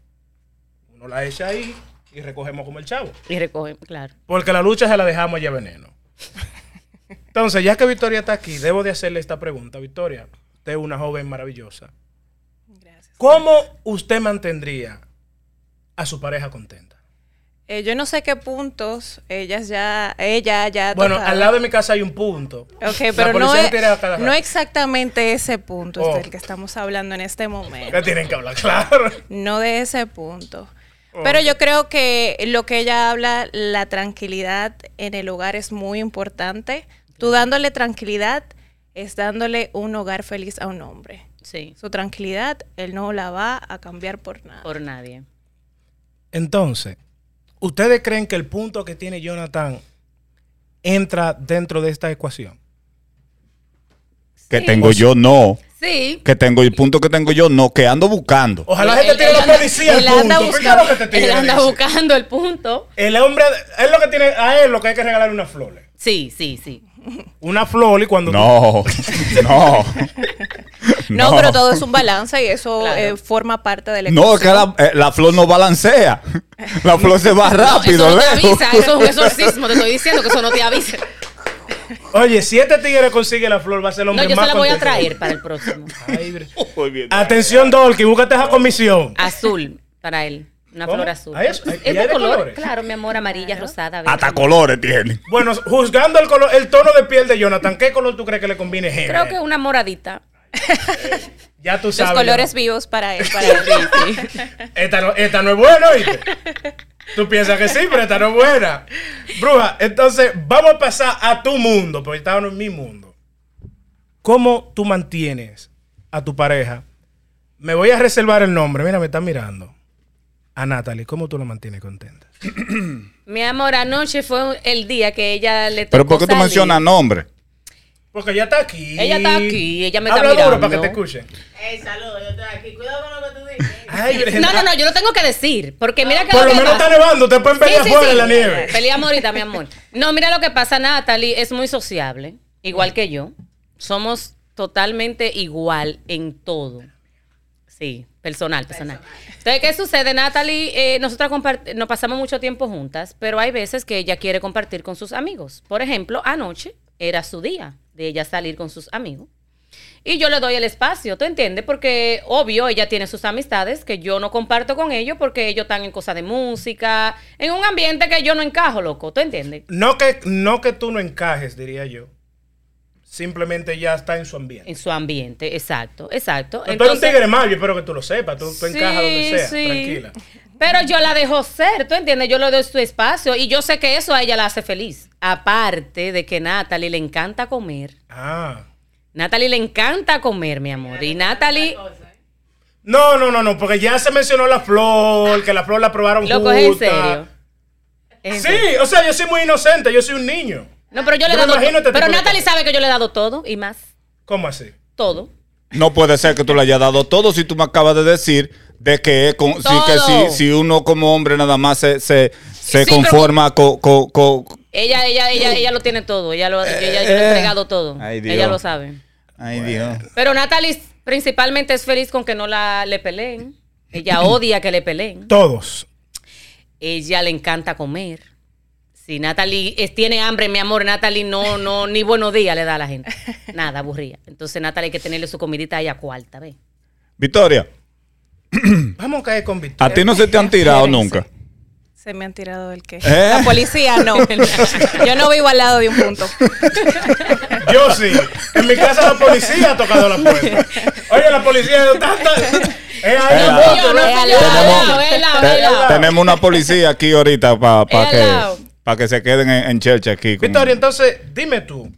S2: Uno la echa ahí y recogemos como el chavo.
S3: Y recogen, claro.
S2: Porque la lucha se la dejamos allá a veneno. Entonces, ya que Victoria está aquí, debo de hacerle esta pregunta. Victoria, usted es una joven maravillosa.
S4: Gracias.
S2: ¿Cómo usted mantendría a su pareja contenta?
S4: Eh, yo no sé qué puntos ellas ya, ella ya. ha
S2: Bueno,
S4: tocado.
S2: al lado de mi casa hay un punto.
S4: Ok,
S2: La
S4: pero no,
S2: policía
S4: es-
S2: tira a cada rato.
S4: no exactamente ese punto es
S2: Oh.
S4: del que estamos hablando en este momento.
S2: Ya tienen que hablar, claro.
S4: No de ese punto. Pero yo creo que lo que ella habla, la tranquilidad en el hogar es muy importante. Tú dándole tranquilidad es dándole un hogar feliz a un hombre.
S3: Sí,
S4: Su tranquilidad, él no la va a cambiar por nada.
S3: por nadie.
S2: Entonces, ¿ustedes creen que el punto que tiene Jonathan entra dentro de esta ecuación?
S1: Que
S3: Sí.
S1: tengo yo, no.
S3: Sí.
S1: Que tengo el punto que tengo yo, no. Que ando buscando.
S2: Ojalá
S3: Él-
S2: gente tire
S3: él
S2: la
S3: anda-
S2: policía
S3: él
S2: al
S3: anda
S2: punto. ¿Qué es lo que este
S3: buscando-
S2: tigre
S3: Él anda
S2: dice?
S3: buscando el punto.
S2: El hombre, es lo que tiene, a él lo que hay que regalar una flor.
S3: Sí, sí, sí.
S2: Una flor y cuando...
S1: No, no.
S4: No, pero todo es un balance y eso
S3: Claro.
S4: eh, forma parte del
S1: No, es que la, eh, la flor no balancea. La flor se va rápido,
S3: no, eso no te
S1: lejos.
S3: avisa, eso es un exorcismo, te estoy diciendo que eso no te avisa.
S2: Oye, si este tigre consigue la flor, va a ser el
S3: No,
S2: hombre
S3: yo se
S2: más
S3: la voy a
S2: contento.
S3: traer para el próximo.
S2: Ay, bre-
S1: Muy bien.
S2: Atención, Dolky, búscate esa comisión.
S3: Azul para él. Una
S2: ¿Cómo?
S3: flor azul.
S2: ¿Ah, eso? ¿Y hay de colores?
S3: Claro, mi amor, amarilla, rosada, verde.
S1: Hasta colores tienen.
S2: Bueno, juzgando el color, el tono de piel de Jonathan, ¿qué color tú crees que le conviene? Henry?
S3: Creo que una moradita.
S2: ya tú
S4: Los
S2: sabes.
S4: colores
S2: Jonathan.
S4: vivos para él. Para él.
S2: Esta no, esta no es buena, ¿oíste? Tú piensas que sí, pero esta no es buena. Bruja, entonces vamos a pasar a tu mundo, porque estaba en mi mundo. ¿Cómo tú mantienes a tu pareja? Me voy a reservar el nombre, mira, me está mirando. A Natalie, ¿cómo tú la mantienes contenta?
S3: Mi amor, anoche fue el día que ella le tocó
S1: Pero ¿por qué tú
S3: salir.
S1: mencionas nombre?
S2: Porque ella está aquí.
S3: Ella está aquí, ella me está
S2: Habla duro
S3: mirando.
S2: para que te escuchen.
S5: Ey, saludos, yo estoy aquí. Cuidado con lo que tú dices.
S2: Ay, Virgen.
S3: No, no, no, yo lo tengo que decir. Porque mira que
S2: Por
S3: lo
S2: lo
S3: que
S2: menos
S3: pasa-
S2: está nevando, te pueden pelear
S3: Sí, sí,
S2: fuera
S3: sí.
S2: en la nieve.
S3: Peleamos ahorita, mi amor. No, mira lo que pasa, Natalie es muy sociable, igual que yo. Somos totalmente igual en todo. Sí, personal, personal. Entonces, ¿qué sucede? Natalie, eh, nosotras compart- nos pasamos mucho tiempo juntas, pero hay veces que ella quiere compartir con sus amigos. Por ejemplo, anoche era su día de ella salir con sus amigos. Y yo le doy el espacio, ¿tú entiendes? Porque obvio, ella tiene sus amistades que yo no comparto con ellos porque ellos están en cosas de música, en un ambiente que yo no encajo, loco, ¿tú entiendes?
S2: No que, no que tú no encajes, diría yo. Simplemente ya está en su ambiente.
S3: En su ambiente, exacto, exacto.
S2: No, tú eres un tigre malo, yo espero que tú lo sepas. Tú, tú
S3: Sí,
S2: encajas donde sea,
S3: sí.
S2: tranquila.
S3: Pero yo la dejo ser, ¿tú entiendes? Yo le doy su espacio y yo sé que eso a ella la hace feliz. Aparte de que Natalie le encanta comer.
S2: Ah.
S3: Natalie le encanta comer, mi amor. Y Natalie,
S2: No, no, no, no, porque ya se mencionó la flor, que la flor la probaron
S3: loco, es en
S2: justa.
S3: serio. Es en serio.
S2: Sí, o sea, yo soy muy inocente, yo soy un niño.
S3: No, pero yo le he
S2: Yo me
S3: dado.
S2: imagino este
S3: pero
S2: tipo de
S3: Natalie
S2: cosas.
S3: sabe que yo le he dado todo y más.
S2: ¿Cómo así?
S3: Todo.
S1: No puede ser que tú le hayas dado todo si tú me acabas de decir de que, es con- sí, que
S3: Todo.
S1: si, si uno como hombre nada más se, se, se
S3: Sí, pero-
S1: conforma con...
S3: Ella, ella, ella, ella lo tiene todo. Ella lo, ella, yo le he
S1: Eh,
S3: entregado todo.
S1: ay, Dios.
S3: ella lo sabe.
S1: Ay, Dios.
S3: Pero Natalie principalmente es feliz con que no la le peleen. Ella odia que le peleen.
S2: Todos.
S3: Ella le encanta comer. Si Natalie es- tiene hambre, mi amor, Natalie no, no, ni buenos días le da a la gente. Nada, aburrida. Entonces Natalie hay que tenerle su comidita a ella cuarta, ¿ves?
S1: Victoria,
S2: Vamos a caer con Victoria.
S1: a ti no se te han tirado
S4: Espérense.
S1: nunca.
S4: Se me han tirado del que.
S1: ¿Eh?
S4: La policía no. Yo no vivo al lado de un punto.
S2: Yo sí. En mi casa la policía ha tocado la puerta. Oye, la policía de tanta. Es ahí
S1: Era.
S2: un voto, ¿no?
S3: Era.
S2: Señor.
S1: Tenemos,
S3: Vela, vela,
S1: te-
S3: vela.
S1: tenemos una policía aquí ahorita para
S3: Vela.
S1: que, pa que se queden en, en church aquí. con-
S2: Victoria, entonces, dime tú.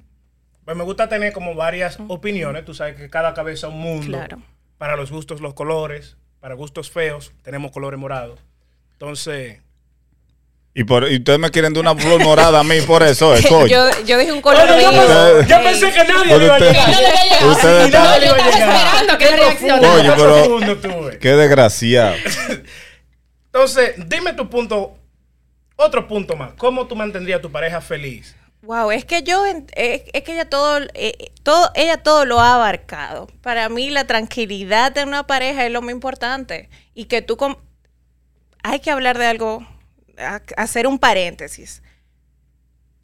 S2: Pues me gusta tener como varias opiniones. Tú sabes que cada cabeza un mundo.
S4: Claro.
S2: Para los gustos, los colores. Para gustos feos, tenemos colores morados. Entonces,
S1: y, por, y ustedes me quieren de una flor morada a mí por eso, es coño.
S4: Yo, yo dije un color
S2: Oye, yo,
S4: vivo.
S2: pensé, yo
S4: Ey.
S2: pensé que nadie
S1: Pero
S2: me iba a
S1: usted-
S2: llegar.
S1: Yo no
S3: le había llegado.
S1: Ustedes
S2: Ni nadie
S3: están-
S2: iba a
S3: Yo estaba
S2: llegar.
S3: esperando que
S2: Qué
S3: él
S2: profundo,
S3: reaccionara.
S1: Oye, pero-
S2: profundo tú eres.
S1: Qué desgraciado.
S2: Entonces, dime tu punto, otro punto más. ¿Cómo tú mantendrías a tu pareja feliz?
S4: Wow, es que yo, en- es, es que ella todo, eh, todo, ella todo lo ha abarcado. Para mí la tranquilidad de una pareja es lo más importante y que tú, com- hay que hablar de algo, a- hacer un paréntesis.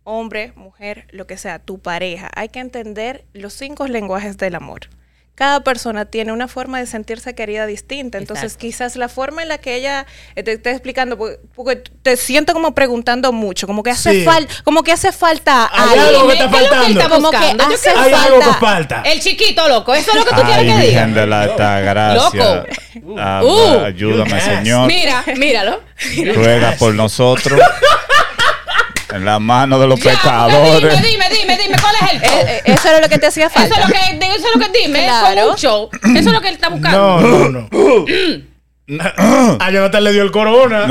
S4: Hombre, mujer, lo que sea, tu pareja, hay que entender los cinco lenguajes del amor. cada persona tiene una forma de sentirse querida distinta. Entonces,
S3: Exacto.
S4: quizás la forma en la que ella eh, te está explicando, porque, porque te siento como preguntando mucho, como que hace
S2: Sí.
S4: falta, como que hace falta
S2: Hay
S4: algo.
S2: algo que está
S3: ¿Qué es lo que él
S2: faltando.
S3: está
S4: Como que
S3: buscando? Yo
S4: hace
S3: creo-
S2: Hay algo que
S4: falta.
S2: falta.
S3: El chiquito, loco. Eso es lo que tú
S1: Ay,
S3: quieres que diga.
S1: Virgen de la alta gracia. Ah,
S3: Uh.
S1: ayúdame,
S2: Yes.
S1: Señor.
S3: Mira, míralo.
S1: Ruega por nosotros. En la mano de los
S3: Ya,
S1: pecadores.
S3: Dime, dime, dime, dime, ¿cuál es el show?
S4: Eh, eh, eso era lo que te hacía
S3: Eso
S4: falta.
S3: es lo que, digo, eso es lo que dime,
S4: Claro.
S3: con un show. Eso es lo que él está buscando.
S2: No, no, no. A Jonathan le dio el corona.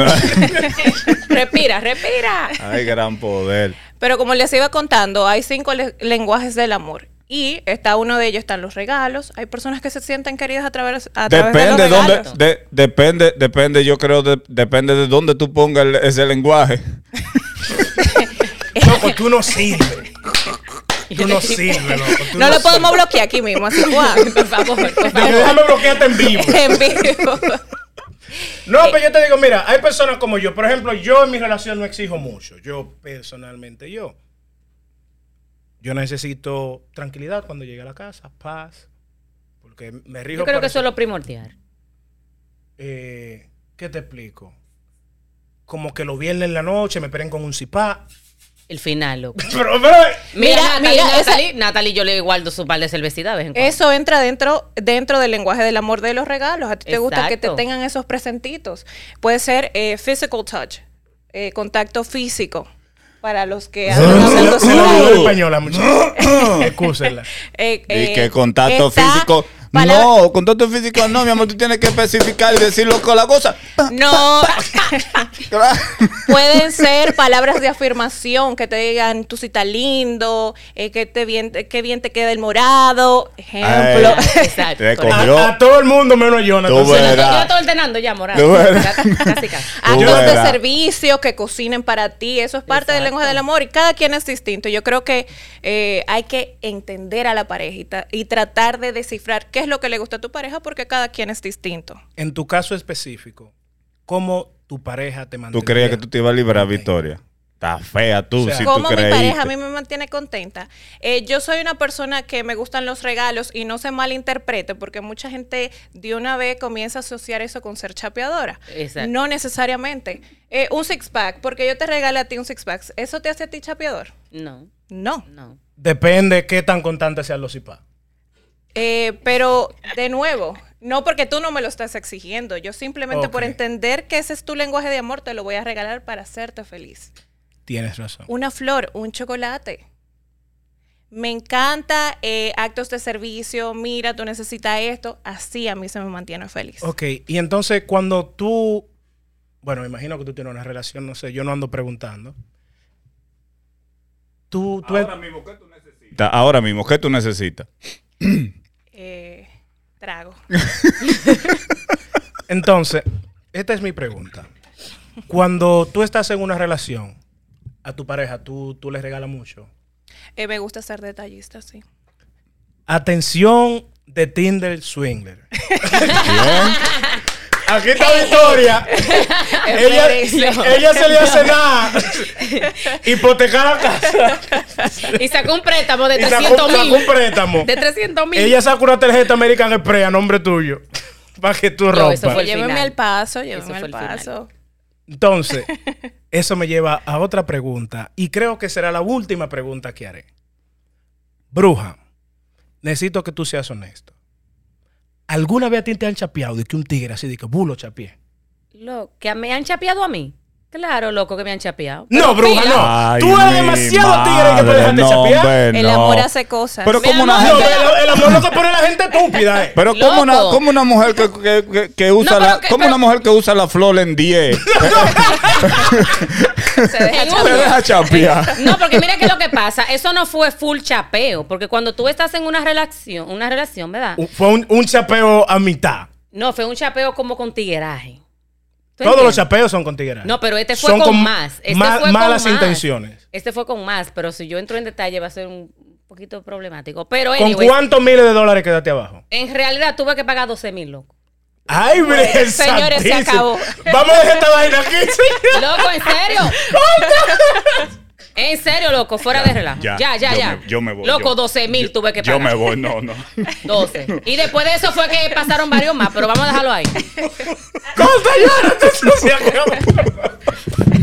S4: Respira, respira.
S1: Ay, gran poder.
S4: Pero como les iba contando, hay cinco le- lenguajes del amor. Y está uno de ellos, están los regalos. Hay personas que se sienten queridas a través, a través de los
S1: Depende dónde,
S4: regalos.
S1: de- depende, depende, yo creo, de- depende de dónde tú pongas el- ese lenguaje.
S2: Loco, tú no sirves. Tú no sirves, loco. tú
S4: No lo
S2: sirves.
S4: podemos bloquear aquí mismo, así Juan.
S3: Por favor, por
S2: Dije,
S3: favor.
S2: Déjame bloquearte en vivo.
S4: en vivo.
S2: No, pero yo te digo, mira, hay personas como yo. Por ejemplo, yo en mi relación no exijo mucho. Yo personalmente, yo. Yo necesito tranquilidad cuando llegue a la casa, paz. Porque me rijo
S3: Yo creo
S2: por
S3: que eso es lo primordial.
S2: eh, ¿Qué te explico? Como que los viernes en la noche me esperen con un cipá.
S3: El final, loco.
S2: Pero, pero,
S3: Mira,
S4: Mira,
S3: Natalie,
S4: mira, esa-
S3: Natalie, Natalie, yo le guardo su par de cervecitas de vez en cuando.
S4: Eso entra dentro, dentro del lenguaje del amor de los regalos. A ti te gusta que te
S3: Exacto.
S4: tengan esos presentitos. Puede ser eh, physical touch, eh, contacto físico. Para los
S1: Ah.
S4: que
S2: se
S4: hablan
S2: la
S4: algo
S2: se la
S4: sexual.
S2: doy española, muchachos. Excúsenla.
S4: Eh,
S1: y
S4: eh,
S1: que contacto
S4: está
S1: físico.
S4: palabra-
S1: No, contacto físico no, mi amor, tú tienes que especificar y decir loco la cosa.
S4: No, pueden ser palabras de afirmación que te digan tú sí estás lindo, eh, que te bien, que bien te queda el morado, ejemplo.
S1: Ay.
S3: Exacto.
S1: Te
S2: A,
S1: cogió.
S2: a todo el mundo menos a Jonathan.
S1: Tú verás.
S3: Yo estoy ordenando ya, moral.
S1: Tú verás.
S3: Casi, casi.
S1: Tú
S4: Actos Ah, de
S1: verás.
S4: servicio que cocinen para ti, eso es parte del
S3: Exacto.
S4: lenguaje del amor y cada quien es distinto. Yo creo que eh, hay que entender a la parejita y tratar de descifrar qué es lo que le gusta a tu pareja porque cada quien es distinto.
S2: En tu caso específico, ¿cómo tu pareja te mantiene?
S1: ¿Tú creías que tú te ibas a librar, Victoria? Está fea tú,
S2: O sea,
S1: si tú
S4: Como mi
S1: creíste.
S4: pareja a mí me mantiene contenta. Eh, yo soy una persona que me gustan los regalos y no se malinterprete porque mucha gente de una vez comienza a asociar eso con ser chapeadora.
S3: Exacto.
S4: No necesariamente. Eh, un six pack, porque yo te regalo a ti un six pack. ¿Eso te hace a ti chapeador?
S3: No,
S4: No.
S3: no.
S2: Depende qué tan constante sean los cipás.
S4: Eh, pero de nuevo, no porque tú no me lo estás exigiendo. Yo simplemente por
S2: Ok.
S4: entender que ese es tu lenguaje de amor te lo voy a regalar para hacerte feliz.
S2: Tienes razón.
S4: una flor, un chocolate. Me encanta eh, actos de servicio, mira, tú necesitas esto, así a mí se me mantiene feliz.
S2: Ok, y entonces cuando tú, bueno, me imagino que tú tienes una relación, no sé, yo no ando preguntando. Tú, tú
S1: Ta- Ahora mismo, ¿qué tú necesitas?
S4: Eh, trago.
S2: entonces, esta es mi pregunta. Cuando tú estás en una relación, a tu pareja, tú, tú le regalas mucho.
S4: Eh, me gusta ser detallista, sí.
S2: Atención de Tinder Swingler.
S1: Bien.
S2: Aquí está Victoria. ella, ella se le hace nada. Hipotecar la casa.
S3: Y sacó un préstamo de
S2: Y sacó,
S3: 300
S2: sacó un
S3: mil.
S2: préstamo.
S3: De 300 mil.
S2: Ella sacó una tarjeta American Express a nombre tuyo. Para que tú
S3: No,
S2: rompas.
S3: eso fue el
S4: lléveme
S3: final.
S4: al paso,
S3: Eso
S4: lléveme
S3: fue
S4: al
S3: el final.
S4: paso.
S2: Entonces, eso me lleva a otra pregunta. Y creo que será la última pregunta que haré. Bruja, necesito que tú seas honesto. ¿Alguna vez a ti te han chapeado de que un tigre así de que bulo chapeé?
S3: Lo que me han chapeado a mí. Claro, loco, que me han chapeado.
S2: No, bruja, no.
S1: Ay,
S2: tú eres
S1: mi
S2: demasiado tigre que te
S1: madre,
S2: dejaste
S1: no,
S2: chapear.
S1: hombre,
S4: El
S1: no.
S4: amor hace cosas.
S1: Pero
S4: Me-
S1: como una
S2: No,
S1: gente...
S2: pero el, amor no se pone la gente estúpida, eh.
S1: Pero como una,
S3: Loco.
S1: como una mujer que, que- que- que usa
S3: No, pero
S1: la,
S3: que-
S1: como
S3: pero-
S1: una mujer que usa la flor en 10
S4: se deja
S3: En
S1: se
S4: chapear.
S1: deja chapear.
S3: No, porque mira que lo que pasa, eso no fue full chapeo, porque cuando tú estás en una relación, una relación, ¿verdad?
S2: U- Fue un, un chapeo a mitad.
S3: No, fue un chapeo como con tigueraje. ¿Tú
S2: Todos los
S3: entiendes?
S2: chapeos son con tigre.
S3: No, pero este fue con, más. Este
S2: ma-
S3: fue con
S2: malas
S3: más.
S2: intenciones.
S3: Este fue con más, pero si yo entro en detalle va a ser un poquito problemático. Pero
S2: ¿Con
S3: anyway,
S2: cuántos miles de dólares quedaste abajo?
S3: en realidad tuve que pagar 12 mil, loco.
S2: Ay, Virgen
S4: señores, se
S2: santísima.
S4: acabó.
S2: Vamos a dejar esta vaina aquí. señor.
S3: Loco, en serio. En serio, loco, fuera de relajo. Ya, ya, ya.
S1: yo me- yo me voy.
S3: Loco,
S1: yo-
S3: 12 mil
S1: yo-
S3: tuve que
S1: Yo
S3: pagar.
S1: me voy, no, no.
S3: 12. Y después de eso fue que pasaron varios más, pero vamos a dejarlo ahí.
S2: ¡Corta ya!